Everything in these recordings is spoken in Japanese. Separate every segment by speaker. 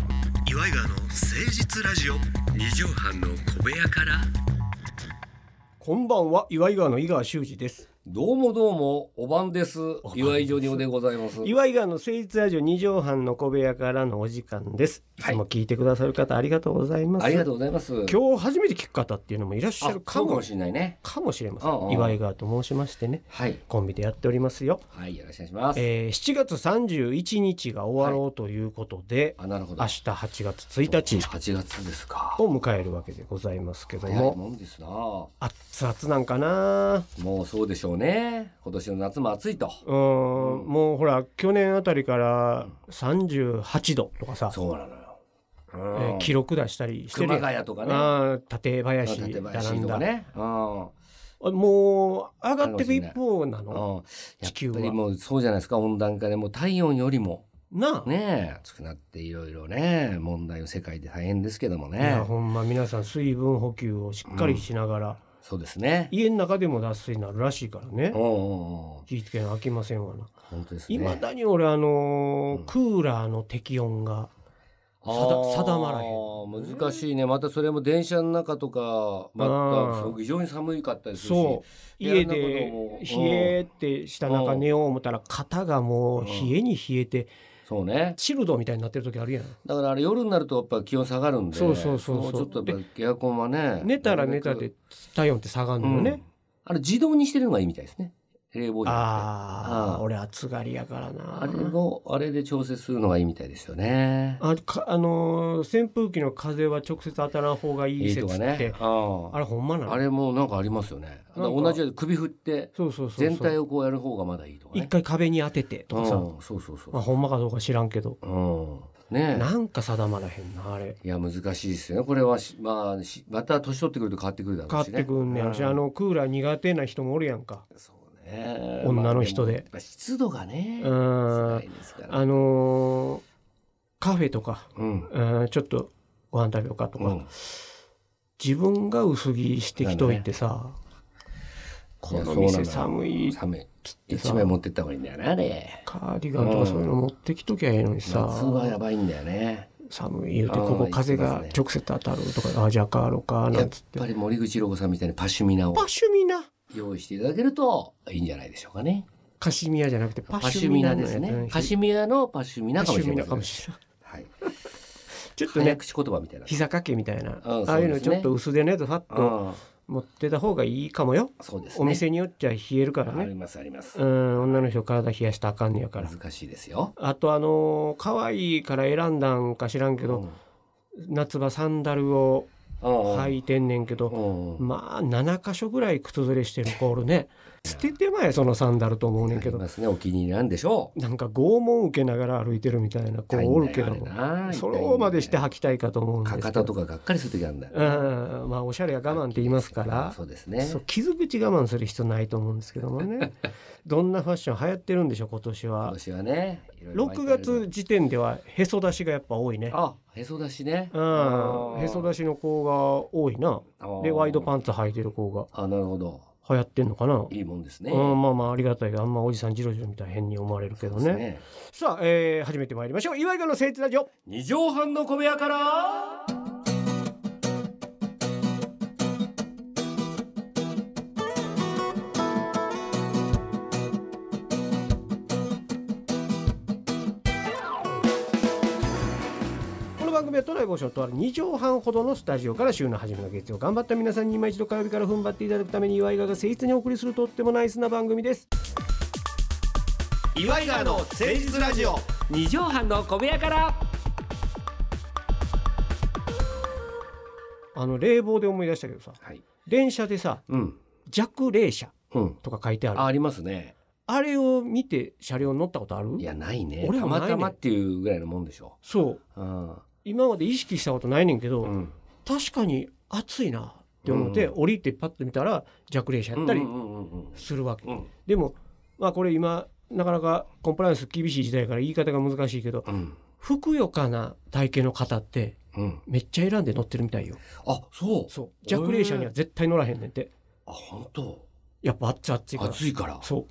Speaker 1: イガーの誠実ラジオ
Speaker 2: 二畳半の小部屋から
Speaker 3: こんばんは、岩井川の井川修司です。
Speaker 2: どうもどうもおばんです岩井ジョニオでございます
Speaker 3: 岩井川の誠実ラジオ二畳半の小部屋からのお時間です。い
Speaker 2: はい
Speaker 3: つも聞いてくださる方ありがとうございます。
Speaker 2: ありがとうございます今
Speaker 3: 今日初めて聞く方っていうのもいらっしゃるか
Speaker 2: そうか
Speaker 3: も
Speaker 2: もしれないね
Speaker 3: かもしれませ
Speaker 2: うんうん
Speaker 3: ん。岩井川と申しましてね、
Speaker 2: はい
Speaker 3: コンビでやっておりますよ。
Speaker 2: はいよろしくお願いします、
Speaker 3: えー、7月31日が終わろうということで、
Speaker 2: あなるほど
Speaker 3: 明日8月1日
Speaker 2: 8月ですか
Speaker 3: を迎えるわけでございますけど
Speaker 2: 早い
Speaker 3: も、
Speaker 2: もんですなも
Speaker 3: 熱々なんかな
Speaker 2: うそうでしょうね今年の夏も暑いと
Speaker 3: うーん、もうほら、去年あたりから38度とかさ、
Speaker 2: そうなのよ、う
Speaker 3: え
Speaker 2: ん
Speaker 3: ー記録出したりしてるや
Speaker 2: 熊
Speaker 3: ん
Speaker 2: 谷とかね
Speaker 3: ああ館林
Speaker 2: 館
Speaker 3: 並
Speaker 2: 林
Speaker 3: ん
Speaker 2: と
Speaker 3: だ、
Speaker 2: かねうん
Speaker 3: あもう上がってく一方なの
Speaker 2: うんや
Speaker 3: 地球
Speaker 2: っ
Speaker 3: は
Speaker 2: ぱりもうそうじゃないですか温暖化でもう体温よりも
Speaker 3: なあ、
Speaker 2: ねえ暑くなっていろいろね問題の世界で大変ですけども
Speaker 3: いや
Speaker 2: ね
Speaker 3: ほんま皆さん水分補給をしっかりしながら、
Speaker 2: そうですね
Speaker 3: 家の中でも脱水になるらしいからね
Speaker 2: うんうんうん
Speaker 3: 気ぃつけなあきませんわな
Speaker 2: 本当ですね
Speaker 3: いま、未だに俺あのー
Speaker 2: うん
Speaker 3: クーラーの適温が
Speaker 2: あ
Speaker 3: 定
Speaker 2: ー
Speaker 3: 定まらへん
Speaker 2: 難しいねまたそれも電車の中とかまた
Speaker 3: うん
Speaker 2: そう非常に寒いかったりするし
Speaker 3: そう
Speaker 2: いや
Speaker 3: 家
Speaker 2: なん
Speaker 3: で
Speaker 2: かもう
Speaker 3: 冷えってした中寝よう思ったら肩がもう冷えに冷えて
Speaker 2: そうね
Speaker 3: チルドみたいになってる時あるやん
Speaker 2: だからあれ夜になるとやっぱ気温下がるんで
Speaker 3: そうそうそうそう
Speaker 2: もちょっとやっぱエアコンはね
Speaker 3: 寝たら寝た
Speaker 2: なる
Speaker 3: で体温って下がる
Speaker 2: べ
Speaker 3: の
Speaker 2: く
Speaker 3: よね、
Speaker 2: うんあれ自動にしてるのがいいみたいですね冷房じゃなくて
Speaker 3: ああ、
Speaker 2: うん
Speaker 3: 俺暑がりやからな。
Speaker 2: あれをあれで調整するのがいいみたいですよね
Speaker 3: あかあのー扇風機の風は直接当たらん方がいい説
Speaker 2: とか
Speaker 3: って、
Speaker 2: ねうん
Speaker 3: あれほんまなの
Speaker 2: あれもなんかありますよね。
Speaker 3: なんか
Speaker 2: 同じように首振って
Speaker 3: そうそうそうそう
Speaker 2: 全体をこうやる方がまだいいとかね。
Speaker 3: 一回壁に当ててとかさ、
Speaker 2: うん、そうそうそ
Speaker 3: まあ、ほんまかどうか知らんけど、
Speaker 2: う。うん、ねえ
Speaker 3: なんか定まらへんなあれ
Speaker 2: いや難しいですよね。これはしまあしまた年取ってくると変わってくるだろ
Speaker 3: 変わ
Speaker 2: う
Speaker 3: っ
Speaker 2: しね。
Speaker 3: てくんねやろし、あ
Speaker 2: うん
Speaker 3: のクーラー苦手な人もおるやんか
Speaker 2: そうね。
Speaker 3: 女の人で
Speaker 2: まあもやっぱ湿度がね。
Speaker 3: うん
Speaker 2: 辛いですから。
Speaker 3: あのーカフェとか、
Speaker 2: うん。
Speaker 3: うん、ちょっとご飯食べようかとか、
Speaker 2: うん
Speaker 3: 自分が薄着してきといてさ、この
Speaker 2: いや
Speaker 3: 店
Speaker 2: そうなの
Speaker 3: 寒い
Speaker 2: 寒い。
Speaker 3: てさ
Speaker 2: 一枚持ってった方がいいんだよなあれ。
Speaker 3: カーディガンとかそういうの持ってきときゃいいのに
Speaker 2: 夏
Speaker 3: さ、
Speaker 2: はやばいんだよね。
Speaker 3: 寒い言うて
Speaker 2: あー
Speaker 3: ここ風が直接当たるとかあじゃあ変わろうかな
Speaker 2: やっ
Speaker 3: んつって
Speaker 2: ぱり森口ロ子さんみたいにパシュミナを
Speaker 3: パシュミナ
Speaker 2: 用意していただけるといいんじゃないでしょうかね。
Speaker 3: カシミヤじゃなくてパ
Speaker 2: パ
Speaker 3: シ
Speaker 2: シ
Speaker 3: ュ
Speaker 2: ュ
Speaker 3: ミ
Speaker 2: ミ
Speaker 3: ナ
Speaker 2: ナ
Speaker 3: のや
Speaker 2: で
Speaker 3: つ
Speaker 2: す
Speaker 3: ね
Speaker 2: ね。カシミヤのパシュミナ
Speaker 3: パ
Speaker 2: か
Speaker 3: シ
Speaker 2: もし
Speaker 3: ュ
Speaker 2: れ
Speaker 3: ミナ
Speaker 2: ない。
Speaker 3: かもしれない
Speaker 2: はい。
Speaker 3: ちょっと
Speaker 2: 早
Speaker 3: ね
Speaker 2: 口言葉みたいな。
Speaker 3: 膝掛けみたいな
Speaker 2: うん
Speaker 3: ああいう
Speaker 2: そう
Speaker 3: の
Speaker 2: です
Speaker 3: ち
Speaker 2: ね
Speaker 3: ょっと薄手のやつファッと
Speaker 2: うん。
Speaker 3: 持ってた方がいいかもよ
Speaker 2: そうですね。
Speaker 3: お店によっちゃ冷えるから
Speaker 2: あり
Speaker 3: ね
Speaker 2: ますあります
Speaker 3: う。ん女の人体冷やしたらあかんねやから
Speaker 2: 難しいですよ。
Speaker 3: あとあのー可愛いから選んだんか知らんけ
Speaker 2: うん
Speaker 3: ど夏場サンダルを
Speaker 2: うん
Speaker 3: 履いてんねんけど
Speaker 2: うん
Speaker 3: まあ7箇所ぐらい靴ずれしてるコールね捨ててまえそのサンダルと思うねん
Speaker 2: あ
Speaker 3: け
Speaker 2: り
Speaker 3: ど
Speaker 2: ますね。お気に入りなんでしょう。
Speaker 3: なんか拷問受けながら歩いてるみたいな子おるけど
Speaker 2: 痛いんだよあれな
Speaker 3: それをまでして履きたいかと思うんです
Speaker 2: か
Speaker 3: けど
Speaker 2: かととかがっかりする時あるんだよ。
Speaker 3: うんまあおしゃれは我慢って言いますから
Speaker 2: そうですね。
Speaker 3: そう傷口我慢する必要ないと思うんですけども ねどんなファッション流行ってるんでしょう今年
Speaker 2: 今
Speaker 3: は
Speaker 2: 年はね。いろいろ巻い
Speaker 3: 6
Speaker 2: てある
Speaker 3: 月。時点ではへそ出しがやっぱ多いね
Speaker 2: あ、へそ出しね。
Speaker 3: うんへそ出
Speaker 2: し。
Speaker 3: しの子が多いなでワイドパ
Speaker 2: ン。
Speaker 3: ンツ履いてる子が
Speaker 2: あ、なるほど。
Speaker 3: 流行ってんのかない
Speaker 2: いもんですね。
Speaker 3: うん、まあまあありがたいがあんまおじさんじろじろみたいな変に思われるけど
Speaker 2: です
Speaker 3: ね
Speaker 2: ね。
Speaker 3: さあ、えー、始めてまいりましょう岩井川の聖地ラジオ
Speaker 2: 二畳半の小部屋から。
Speaker 3: この番組は都内防止のとある2畳半ほどのスタジオから週の初めの月曜頑張った皆さんに今一度火曜日から踏ん張っていただくために岩井川が誠実にお送りするとってもナイスな番組です
Speaker 2: 岩井川の誠実ラジオ二畳半の小部屋から
Speaker 3: あの冷房で思い出したけどさ
Speaker 2: はい
Speaker 3: 電車でさ
Speaker 2: うん
Speaker 3: 弱冷車
Speaker 2: うん
Speaker 3: とか書いてある
Speaker 2: あ
Speaker 3: あ
Speaker 2: ありますね
Speaker 3: れを見て車両に乗ったことある
Speaker 2: いやないね
Speaker 3: 俺
Speaker 2: た
Speaker 3: もない
Speaker 2: ま
Speaker 3: ね
Speaker 2: たまっていうぐらいのもんでしょ
Speaker 3: そう
Speaker 2: うん
Speaker 3: 今まで意識したことないねんけど、
Speaker 2: うん
Speaker 3: 確かに暑いなって思って、
Speaker 2: うん
Speaker 3: 降りてパッと見たら弱冷車やったり
Speaker 2: うんうんうん
Speaker 3: するわけ、
Speaker 2: うん
Speaker 3: でもまあこれ今なかなかコンプライアンス厳しい時代から言い方が難しいけど
Speaker 2: うん
Speaker 3: ふくよかな体型の方って
Speaker 2: うん
Speaker 3: めっちゃ選んで乗ってるみたいよ
Speaker 2: あそう
Speaker 3: そう弱冷車には絶対乗らへんねんって
Speaker 2: あ本当
Speaker 3: やっぱ暑い暑いから
Speaker 2: 暑いから
Speaker 3: そ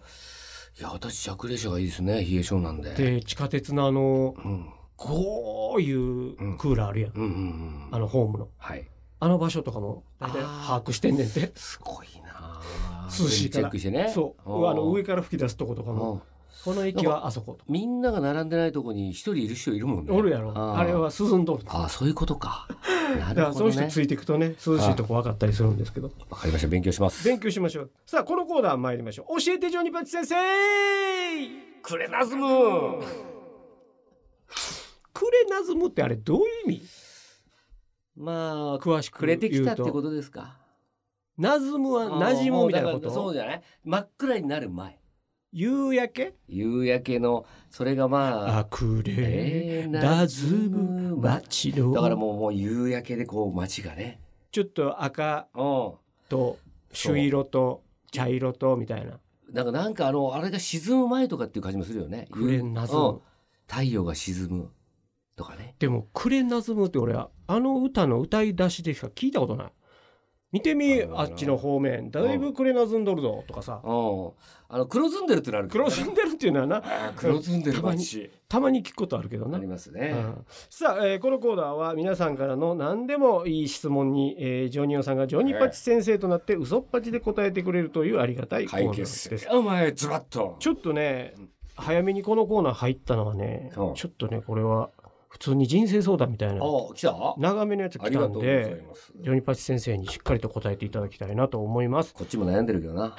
Speaker 2: いや私弱冷車がいいですね冷え性なん
Speaker 3: う
Speaker 2: で
Speaker 3: で地下鉄のあの
Speaker 2: うん
Speaker 3: こういうクーラーあるやん、
Speaker 2: うんうんうん
Speaker 3: あのホームの
Speaker 2: はい
Speaker 3: あの場所とかも大体把握してんねんて
Speaker 2: すごいなあ
Speaker 3: 涼しいから
Speaker 2: 全部チェックしてね
Speaker 3: そうあの上
Speaker 2: か
Speaker 3: から吹き出すとことかもこの駅はあそことか
Speaker 2: みんなが並んでないとこに一人いる人いるもんね
Speaker 3: おるやろ
Speaker 2: ー
Speaker 3: あれは進んどるだか
Speaker 2: ああそういうこと かなる
Speaker 3: らそ
Speaker 2: ほ
Speaker 3: の
Speaker 2: ど
Speaker 3: 人
Speaker 2: ね
Speaker 3: ついていくとね涼しいとこ分かったりするんですけど
Speaker 2: わかりました勉強します
Speaker 3: 勉強しましょうさあこのコーナー参りましょう教えてジョニパチ先生クレナズムクレナズムってあれどういう意味
Speaker 2: まあ
Speaker 3: 詳しく
Speaker 2: くれてきたって
Speaker 3: 言う
Speaker 2: ことですか
Speaker 3: ナズムはナジムみたいなこ
Speaker 2: あーもうだからそう
Speaker 3: と
Speaker 2: じゃない真っ暗になる前
Speaker 3: 夕焼け
Speaker 2: 夕焼けのそれがまあ
Speaker 3: あくれ
Speaker 2: えー
Speaker 3: ナズム街の
Speaker 2: だからもうもう夕焼けでこう街がね
Speaker 3: ちょっと赤
Speaker 2: う
Speaker 3: と朱色と茶色とみたいなん
Speaker 2: なんかなんかあのあれが沈む前とかっていう感じもするよね
Speaker 3: クレナズ
Speaker 2: う
Speaker 3: ム
Speaker 2: ん太陽が沈むとかね
Speaker 3: でも「クレナズム」って俺はあの歌の歌い出しでしか聞いたことない見てみ
Speaker 2: あるある
Speaker 3: あっちの方面だいぶクレナズンドルぞとかさ
Speaker 2: うんあの黒ずんでるってなるけど
Speaker 3: 黒ずんでるっていうのはな
Speaker 2: あー黒ずんでる街
Speaker 3: たまに聞くことあるけど
Speaker 2: あ
Speaker 3: な
Speaker 2: りますね、
Speaker 3: うんさあ、えーこのコーナーは皆さんからの何でもいい質問に、えージョニオさんがジョニパチ先生となって嘘っぱちで答えてくれるというありがたいコー
Speaker 2: 解
Speaker 3: ナーで
Speaker 2: 決
Speaker 3: す。
Speaker 2: お前ズバッと
Speaker 3: ちょっとね早めにこのコーナー入ったのはねち
Speaker 2: う
Speaker 3: ょ
Speaker 2: ん
Speaker 3: っとねこれは普通に人生相談みたいな
Speaker 2: あ来た
Speaker 3: 長めのやつ
Speaker 2: あ
Speaker 3: 来
Speaker 2: りが
Speaker 3: た
Speaker 2: とうんござい
Speaker 3: で
Speaker 2: ます
Speaker 3: ジョニパチ先生にしっかりと答えていただきたいなと思います。
Speaker 2: こっちも悩んでるけどな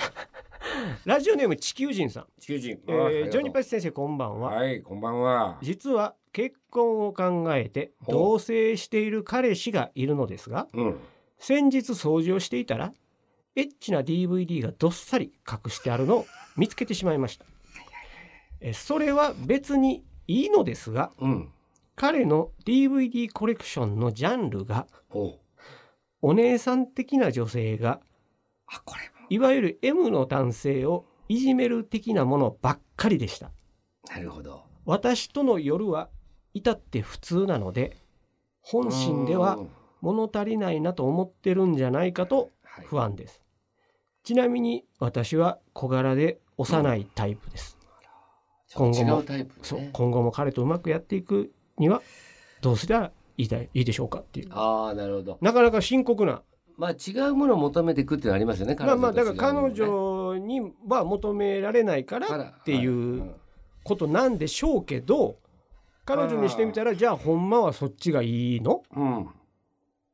Speaker 3: ラジオネーム地球人さん、
Speaker 2: 地球人
Speaker 3: えージョニパチ先生こんばんは。
Speaker 2: はいこんばんは
Speaker 3: 実は結婚を考えて
Speaker 2: ほう
Speaker 3: 同棲している彼氏がいるのですが
Speaker 2: うん
Speaker 3: 先日掃除をしていたらエッチな DVD がどっさり隠してあるのを見つけてしまいましたえそれは別にいいのですが
Speaker 2: うん
Speaker 3: 彼の DVD コレクションのジャンルが
Speaker 2: おう
Speaker 3: お姉さん的な女性が
Speaker 2: あこれ
Speaker 3: いわゆる M の男性をいじめる的なものばっかりでした
Speaker 2: なるほど
Speaker 3: 私との夜は至って普通なので本心では
Speaker 2: うん
Speaker 3: 物足りないなと思ってるんじゃないかと
Speaker 2: はい
Speaker 3: 不安ですちなみに私は小柄で幼いタイプです、
Speaker 2: ちょっと
Speaker 3: 今後も
Speaker 2: 違うタイプね
Speaker 3: そう今後も彼とうまくやっていくにはどうすればいいだいいでしょうかっていう
Speaker 2: ああなるほど
Speaker 3: なかなか深刻な
Speaker 2: まあ違うものを求めていくっていうのありますよね
Speaker 3: まあまあだから彼
Speaker 2: と違うも
Speaker 3: 女には求められないか
Speaker 2: のね
Speaker 3: ら
Speaker 2: から
Speaker 3: っていう
Speaker 2: はいん
Speaker 3: ことなんでしょうけど彼女にしてみたらじゃあほんまはそっちがいいの
Speaker 2: うん
Speaker 3: っ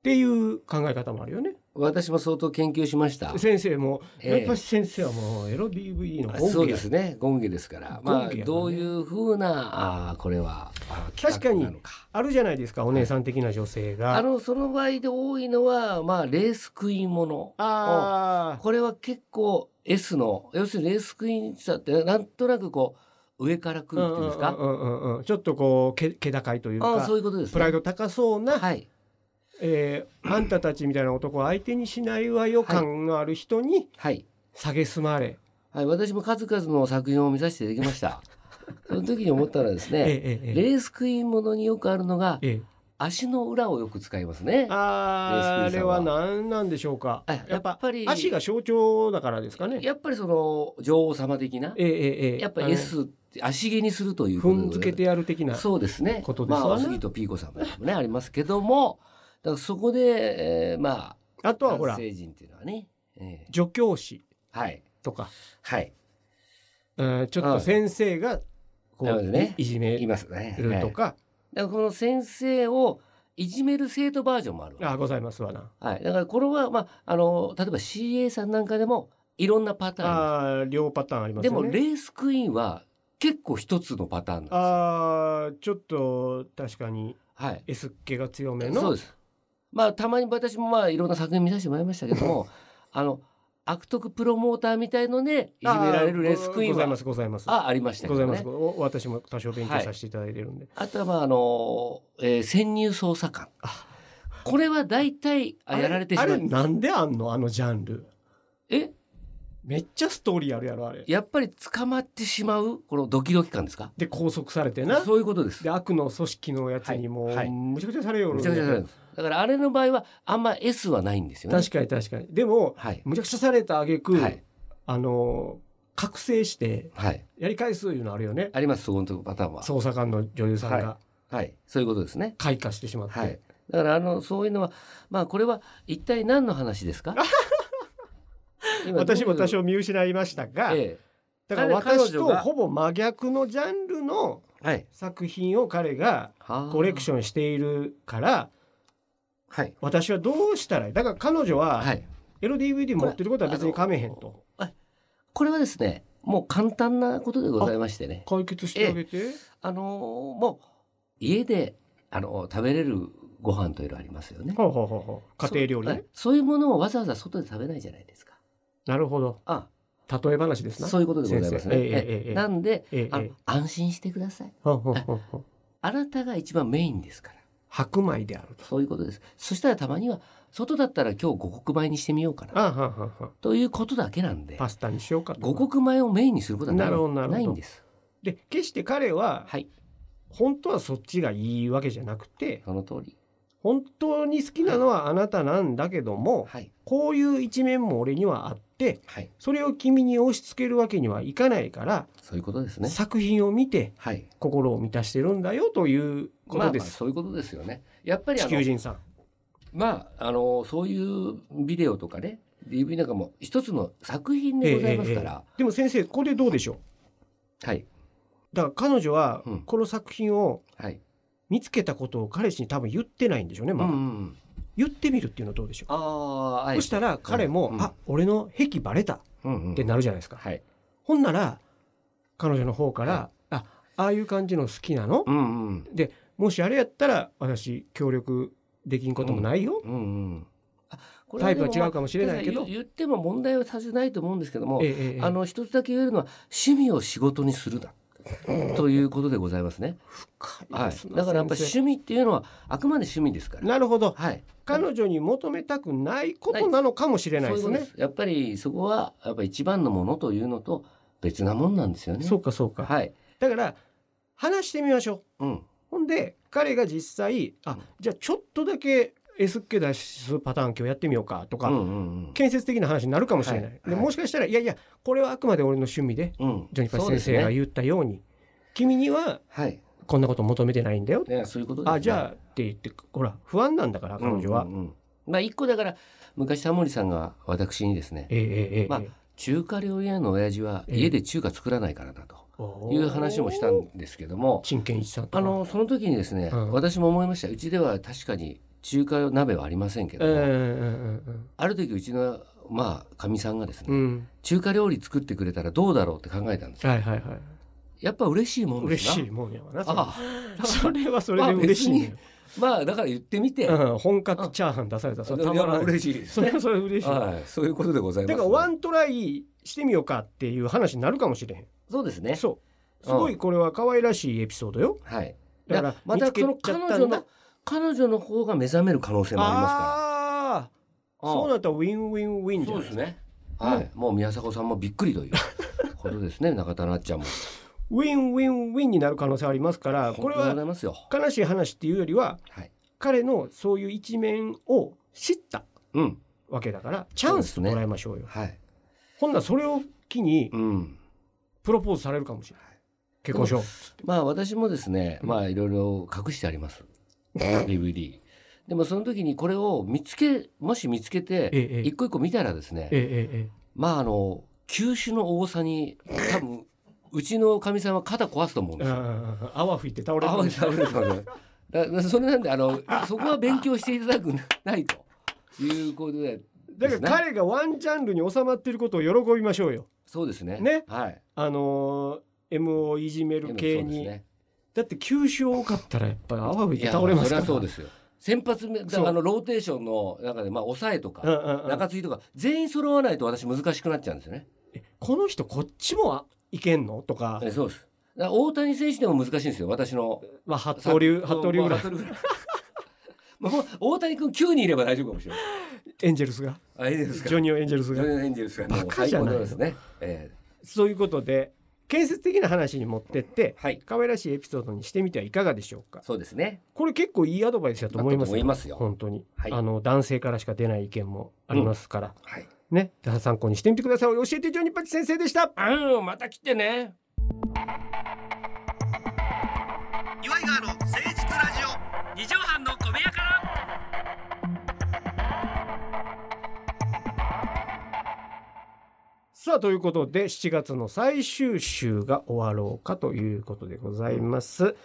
Speaker 3: ていう考え方もあるよね
Speaker 2: 私も相当研究しました
Speaker 3: 先生も、
Speaker 2: え
Speaker 3: や
Speaker 2: え
Speaker 3: っぱり先生はもうエロ DVD の
Speaker 2: あ
Speaker 3: 本
Speaker 2: そう
Speaker 3: 家
Speaker 2: で
Speaker 3: や
Speaker 2: すねゴンゲですから
Speaker 3: ゴン
Speaker 2: ま
Speaker 3: ゲやから
Speaker 2: あ
Speaker 3: ね
Speaker 2: どういうふうなあーこれはあー
Speaker 3: 確かに
Speaker 2: 企画なのか
Speaker 3: あるじゃないですかお姉さん的な女性が。
Speaker 2: あのその場合で多いのはまあレースクイーンもの
Speaker 3: あー
Speaker 2: これは結構 S の要するにレースクイーンさってなんとなくこう上から来るっていうんです
Speaker 3: う
Speaker 2: か
Speaker 3: んうんうんうんちょっとこうけ気高いという
Speaker 2: ああ
Speaker 3: か
Speaker 2: そういうことですね
Speaker 3: プライド高そうな、
Speaker 2: はい
Speaker 3: えーあんたたちみたいな男を相手にしないわよ感のある人に
Speaker 2: はい
Speaker 3: 蔑まれ、
Speaker 2: はい私も数々の作品を見させていただきました その時に思ったのはです
Speaker 3: え
Speaker 2: ね
Speaker 3: えええ
Speaker 2: レースクイーンものによくあるのが
Speaker 3: ええ
Speaker 2: 足の裏をよく使いますね
Speaker 3: あーあ
Speaker 2: レースクイ
Speaker 3: れ
Speaker 2: ーンさ
Speaker 3: は
Speaker 2: んは
Speaker 3: 何なんでしょうか
Speaker 2: あ
Speaker 3: やっぱ
Speaker 2: やっぱり
Speaker 3: 足が象徴だからですかね
Speaker 2: やっぱりその女王様的な
Speaker 3: ええええええ
Speaker 2: やっぱ
Speaker 3: あの
Speaker 2: S って足毛にするということ
Speaker 3: 踏んづけてやる的な
Speaker 2: そうですね。
Speaker 3: ことです
Speaker 2: ま
Speaker 3: わね
Speaker 2: あ、杉とピーコさんもね、ありますけども、だからそこで、えー、ま
Speaker 3: あ
Speaker 2: あ、
Speaker 3: とはほら
Speaker 2: 男性人っていうのはね、えー
Speaker 3: 助教師
Speaker 2: はい、
Speaker 3: とか、
Speaker 2: はい、
Speaker 3: うんちょっと先生がこ
Speaker 2: なるほ
Speaker 3: う、
Speaker 2: どね
Speaker 3: いじめ
Speaker 2: い
Speaker 3: る
Speaker 2: ますね。
Speaker 3: と
Speaker 2: は
Speaker 3: か、
Speaker 2: いだからこの先生をいじめる生徒バージョンもあるわ
Speaker 3: あございますわな。
Speaker 2: はい、だからこれは、まあ、あの、例えば CA さんなんかでも、いろんなパターンありま
Speaker 3: あー両パターンあり
Speaker 2: す
Speaker 3: ます
Speaker 2: で
Speaker 3: よ
Speaker 2: も、
Speaker 3: ね。
Speaker 2: レースクイーンは結構一つのパターンなんで
Speaker 3: あーちょっと確かに
Speaker 2: すよ。はい。
Speaker 3: S っ気が強め
Speaker 2: そう
Speaker 3: の
Speaker 2: です。まあたまに私もまあいろんな作品見させてもらいましたけ ども、あの悪徳プロモーターみたいのでいじめられるレースクイーン
Speaker 3: ございま
Speaker 2: は
Speaker 3: すございます
Speaker 2: あありましたけ
Speaker 3: ござい
Speaker 2: ど
Speaker 3: ます
Speaker 2: ね。
Speaker 3: お私も多少勉強させていただいてるんで、
Speaker 2: あとはまああの、えー潜入捜査官。これは大体あやられてしま
Speaker 3: あれ
Speaker 2: う。
Speaker 3: なんであんのあのジャンル
Speaker 2: え
Speaker 3: めっちゃストーリーあるやろあれ
Speaker 2: やっぱり捕まってしまうこのドキドキ感ですか。
Speaker 3: で拘束されてな
Speaker 2: そういうことです。
Speaker 3: で悪の組織のやつにもう、
Speaker 2: はい
Speaker 3: むちゃくちゃされよる
Speaker 2: めちゃくちゃされるんです。だからあれの場合はあんま S はないんですよね。
Speaker 3: 確かに確かにでも
Speaker 2: はい
Speaker 3: むちゃくちゃされた挙句、
Speaker 2: はい
Speaker 3: あの覚醒して
Speaker 2: はい
Speaker 3: やり返すいうのあるよね
Speaker 2: ありますそこのパターンは。
Speaker 3: 捜査官の女優さんが、
Speaker 2: はいはい、そういうことですね。
Speaker 3: 開花してしまって、
Speaker 2: はい。だからあのそういうのはまあこれは一体何の話です か？今
Speaker 3: 私も多、
Speaker 2: ど
Speaker 3: 少見失いましたが、
Speaker 2: ういうえ
Speaker 3: だから
Speaker 2: 彼
Speaker 3: 私
Speaker 2: 彼
Speaker 3: と
Speaker 2: 女が
Speaker 3: ほぼ真逆のジャンルの
Speaker 2: えはい。
Speaker 3: 作品を彼がコレクシ
Speaker 2: ョン
Speaker 3: ョンしているから
Speaker 2: はい
Speaker 3: 私はどうしたらいいだから彼女
Speaker 2: は。
Speaker 3: はいエロ DVD 持ってることは別にかめへんと
Speaker 2: あの。あこれはですね、もう簡単なことでございましてね。
Speaker 3: 解決してあげて、
Speaker 2: あのーもう家であのー食べれるご飯というのありますよね。
Speaker 3: ほうほうほうほう家庭料理
Speaker 2: そう
Speaker 3: ね
Speaker 2: はいそういうものをわざわざ外で食べないじゃないですか。
Speaker 3: なるほど
Speaker 2: あ、
Speaker 3: 例え話ですな
Speaker 2: そういうことでございます
Speaker 3: 先
Speaker 2: ね。
Speaker 3: 生ええええええ
Speaker 2: なんで、
Speaker 3: ええ
Speaker 2: あの
Speaker 3: ええ
Speaker 2: 安心してください。
Speaker 3: ほうほうほうほう
Speaker 2: あなたが一番メインですから。
Speaker 3: 白米であると
Speaker 2: そういうことです。そしたらたまには外だったら今日五穀米にしてみようかな
Speaker 3: あはんはんはん
Speaker 2: ということだけなんで、
Speaker 3: パスタにしようかと
Speaker 2: 五穀米をメインにすることはない
Speaker 3: なるほどなるほど
Speaker 2: ないんです。
Speaker 3: で決して彼は
Speaker 2: はい、
Speaker 3: 本当はそっちがいいわけじゃなくて
Speaker 2: その通り。
Speaker 3: 本当に好きなのはあなたなんだけども
Speaker 2: はい、
Speaker 3: こういう一面も俺にはあって
Speaker 2: はい、
Speaker 3: それを君に押し付けるわけにはいかないから、
Speaker 2: そういうことですね。
Speaker 3: 作品を見て
Speaker 2: はい。
Speaker 3: 心を満たしてるんだよというこ
Speaker 2: ま
Speaker 3: と
Speaker 2: あま
Speaker 3: で
Speaker 2: あ
Speaker 3: す、
Speaker 2: そういうことですよね。やっぱりあ
Speaker 3: 地球
Speaker 2: の
Speaker 3: 人さん
Speaker 2: まああのそういうビデオとかね、DV なんかも一つの作品でございますから、
Speaker 3: でも先生これどうでしょう
Speaker 2: はい
Speaker 3: だから彼女は
Speaker 2: うん
Speaker 3: この作品を
Speaker 2: はい。
Speaker 3: 見つけたことを彼氏に多分言ってないんでしょうね、
Speaker 2: う
Speaker 3: ま
Speaker 2: ん
Speaker 3: あ
Speaker 2: うん。
Speaker 3: 言ってみるっていうのはどうでしょう、
Speaker 2: ああ、はい
Speaker 3: そし。たら彼も、
Speaker 2: うん
Speaker 3: あ俺の癖バレたっ
Speaker 2: うんうん
Speaker 3: てなるじゃないですか、
Speaker 2: はい。
Speaker 3: ほんなら彼女の方から、
Speaker 2: は
Speaker 3: あああいう感じの好きなの、
Speaker 2: うんうん
Speaker 3: もしあれやったら私協力できんこともないよ、
Speaker 2: うんうん。あこれ
Speaker 3: タイ
Speaker 2: で
Speaker 3: プ
Speaker 2: も
Speaker 3: は違うかもしれないけ
Speaker 2: ま
Speaker 3: ど、
Speaker 2: あ言言っても問題はさせないと思うんですけども、
Speaker 3: ええええ
Speaker 2: あの一つだけ言えるのは趣味を仕事にするだということでございますね。
Speaker 3: 深い
Speaker 2: は
Speaker 3: です
Speaker 2: い。
Speaker 3: な
Speaker 2: だからやっぱ
Speaker 3: 先生
Speaker 2: 趣味っていうのはあくまで趣味ですから。
Speaker 3: なるほど
Speaker 2: はい。
Speaker 3: 彼女に求めたくないことなのかもしれないです
Speaker 2: そういう
Speaker 3: ね
Speaker 2: ことですやっぱりそこはやっぱ一番のものというのと別なもんなんですよね。
Speaker 3: そうかそうか、
Speaker 2: はい。
Speaker 3: だから話してみましょう
Speaker 2: うん。
Speaker 3: ほんで彼が実際あじゃあちょっとだけ S っ気出すパターン今日やってみようかとか、
Speaker 2: うんうん
Speaker 3: 建設的な話になるかもしれない、
Speaker 2: はい
Speaker 3: で
Speaker 2: はい
Speaker 3: もしかしたらいやいやこれはあくまで俺の趣味で
Speaker 2: うん。うん。
Speaker 3: ジョニパチ
Speaker 2: そう
Speaker 3: 先
Speaker 2: です
Speaker 3: 生が
Speaker 2: ね。
Speaker 3: 言ったように君には
Speaker 2: はい。
Speaker 3: こんなこと求めてないんだよ、
Speaker 2: ねそういうことですね。
Speaker 3: あじゃあって言ってほら不安なんだから彼女は、
Speaker 2: うんうんうんまあ一個だから昔タモリさんが私にですね
Speaker 3: ええええええ
Speaker 2: まあ中華料理屋の親父は
Speaker 3: ええ
Speaker 2: 家で中華作らないからだと
Speaker 3: おー
Speaker 2: いう話もしたんですけども
Speaker 3: 陳建一さんとか
Speaker 2: あのその時にですね、
Speaker 3: うん
Speaker 2: 私も思いましたうちでは確かに中華鍋はありませんけ
Speaker 3: う
Speaker 2: ど
Speaker 3: ん
Speaker 2: も、
Speaker 3: うんうん
Speaker 2: ある時うちのまあかみさんがですね、
Speaker 3: うんうん
Speaker 2: 中華料理作ってくれたらどうだろうって考えたんですよ
Speaker 3: はいはいはい
Speaker 2: やっぱ嬉しいもんで
Speaker 3: 嬉
Speaker 2: すな
Speaker 3: しいもんやわなそれ
Speaker 2: あ あ
Speaker 3: それはそれで嬉しいね、
Speaker 2: まあだから言ってみて、
Speaker 3: うん、本格チャーハン出されたらそれたまら
Speaker 2: いや
Speaker 3: ない
Speaker 2: 嬉しいです
Speaker 3: それはそれは嬉しいだか
Speaker 2: はいそういうことでございます
Speaker 3: らワントライしてみようかっていう話になるかもしれへ
Speaker 2: そうですね
Speaker 3: んそうすごいこれは可愛らしいエピソードよ
Speaker 2: はい
Speaker 3: だか
Speaker 2: い
Speaker 3: ら
Speaker 2: やまた
Speaker 3: 見つけ
Speaker 2: その
Speaker 3: ちゃ
Speaker 2: 彼
Speaker 3: った
Speaker 2: 女
Speaker 3: んだ
Speaker 2: の彼女の方が目覚める可能性もありますから
Speaker 3: ああ
Speaker 2: ああ
Speaker 3: そうなったらウィンウィンウィンじゃ
Speaker 2: そ
Speaker 3: な
Speaker 2: う
Speaker 3: い
Speaker 2: ですね。はい、もう宮迫さんもびっくりという ことですね、中田なっちゃんも。
Speaker 3: ウィンウィンウィンになる可能性ありますからこれ
Speaker 2: 本当でござ
Speaker 3: はい
Speaker 2: ますよ。
Speaker 3: 悲しい話っていうよりは
Speaker 2: はい。
Speaker 3: 彼のそういう一面を知った
Speaker 2: うん、
Speaker 3: わけだからチャンスと捉えましょうよ
Speaker 2: はい。
Speaker 3: ほんならそれを機に
Speaker 2: うん。
Speaker 3: プロポーズされるかもしれない結婚しよう
Speaker 2: まあ、私もですね、まあ、いろいろ隠してあります。DVD。でも、その時にこれを見つけ、もし見つけ
Speaker 3: え
Speaker 2: て、
Speaker 3: えええ
Speaker 2: 一個一個見たらです
Speaker 3: え
Speaker 2: ね。
Speaker 3: えええ
Speaker 2: まあ、あの、球種の多さに、多分、うちのかみさんは肩壊すと思うん
Speaker 3: え
Speaker 2: ですよ。
Speaker 3: え泡吹いて倒れる
Speaker 2: 泡で倒れてますねだからそれなんで、あの、そこは勉強していただくないと。いうことで。
Speaker 3: だから彼がワンジャンルに収まっていることを喜びましょうよ。
Speaker 2: そうですね。
Speaker 3: ね
Speaker 2: はい。
Speaker 3: あのー M をいじめる系に、
Speaker 2: そうですね
Speaker 3: だって吸収多かったらやっぱり泡吹い
Speaker 2: い
Speaker 3: て
Speaker 2: や
Speaker 3: 倒れますから
Speaker 2: そりゃそうですよ先発めだか
Speaker 3: そう
Speaker 2: らあのローテーションの中でまあ抑えと
Speaker 3: うん
Speaker 2: か
Speaker 3: うんうん
Speaker 2: 中継ぎとか全員揃わないと私難しくなっちゃうんですよね
Speaker 3: えこの人こっちもあいけんのとか
Speaker 2: えそうですだから大谷選手でも難しいんですよ私の
Speaker 3: まあ服部流服部流ぐらい
Speaker 2: 服部流 まあもう大谷君9人いれば大丈夫かもしれない
Speaker 3: エンジェルスが
Speaker 2: あいいですか
Speaker 3: ジョニー・エンジェルス
Speaker 2: ジョ
Speaker 3: が。
Speaker 2: ニーエンジェルスがもう
Speaker 3: バカ
Speaker 2: 最
Speaker 3: じゃ
Speaker 2: 高
Speaker 3: ない
Speaker 2: の
Speaker 3: の
Speaker 2: ですねえ
Speaker 3: そういうことで建設的な話に持ってって
Speaker 2: えはい
Speaker 3: 可愛らしいエピソードにしてみてはいかがでしょうか
Speaker 2: そうですね
Speaker 3: これ結構いいアドバイスだと思いますよ
Speaker 2: だと思いますよ
Speaker 3: 本当に、
Speaker 2: はい
Speaker 3: あの男性からしか出ない意見もありますから、
Speaker 2: はい
Speaker 3: ね参考にしてみてください教えてジョニーパチ先生でした
Speaker 2: うんまた来てね
Speaker 1: 岩井川の誠実二畳半の小部屋から
Speaker 3: さあということで7月の最終週が終わろうかということでございます。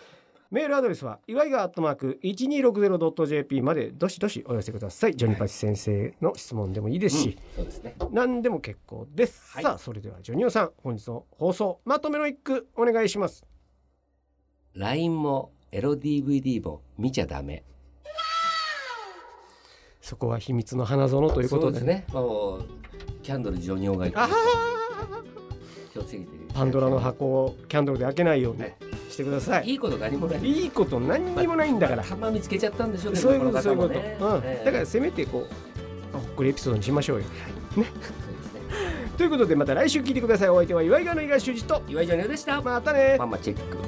Speaker 3: メールアドレスは岩井がアットマーク 1260.jp までどしどしお寄せください。ジョニーパチ先生の質問でもいいですし、
Speaker 2: そうですね
Speaker 3: 何でも結構です。
Speaker 2: はい
Speaker 3: さあそれではジョニオさん本日の放送まとめの一句お願いします。
Speaker 2: LINE もエロ DVD も見ちゃダメ
Speaker 3: そこは秘密の花園ということで
Speaker 2: そうですねもうキャンドルジョニオがい
Speaker 3: あは
Speaker 2: 気をつけて
Speaker 3: パンドラの箱をキャンドルで開けないように
Speaker 2: はい
Speaker 3: してください。
Speaker 2: いいこと何もない
Speaker 3: いいこと何にもないんだから。
Speaker 2: たま見つけちゃったんでしょうけど
Speaker 3: そういうこと
Speaker 2: こ
Speaker 3: そう
Speaker 2: の
Speaker 3: いう
Speaker 2: 方
Speaker 3: こ
Speaker 2: も
Speaker 3: と、うん
Speaker 2: ねええ
Speaker 3: だからせめてこうほっこりエピソードにしましょうよ。
Speaker 2: そうですね
Speaker 3: ということでまた来週聞いてくださいお相手は岩井川の東修二と
Speaker 2: 岩井ジョニオでした
Speaker 3: またね
Speaker 2: ママチェック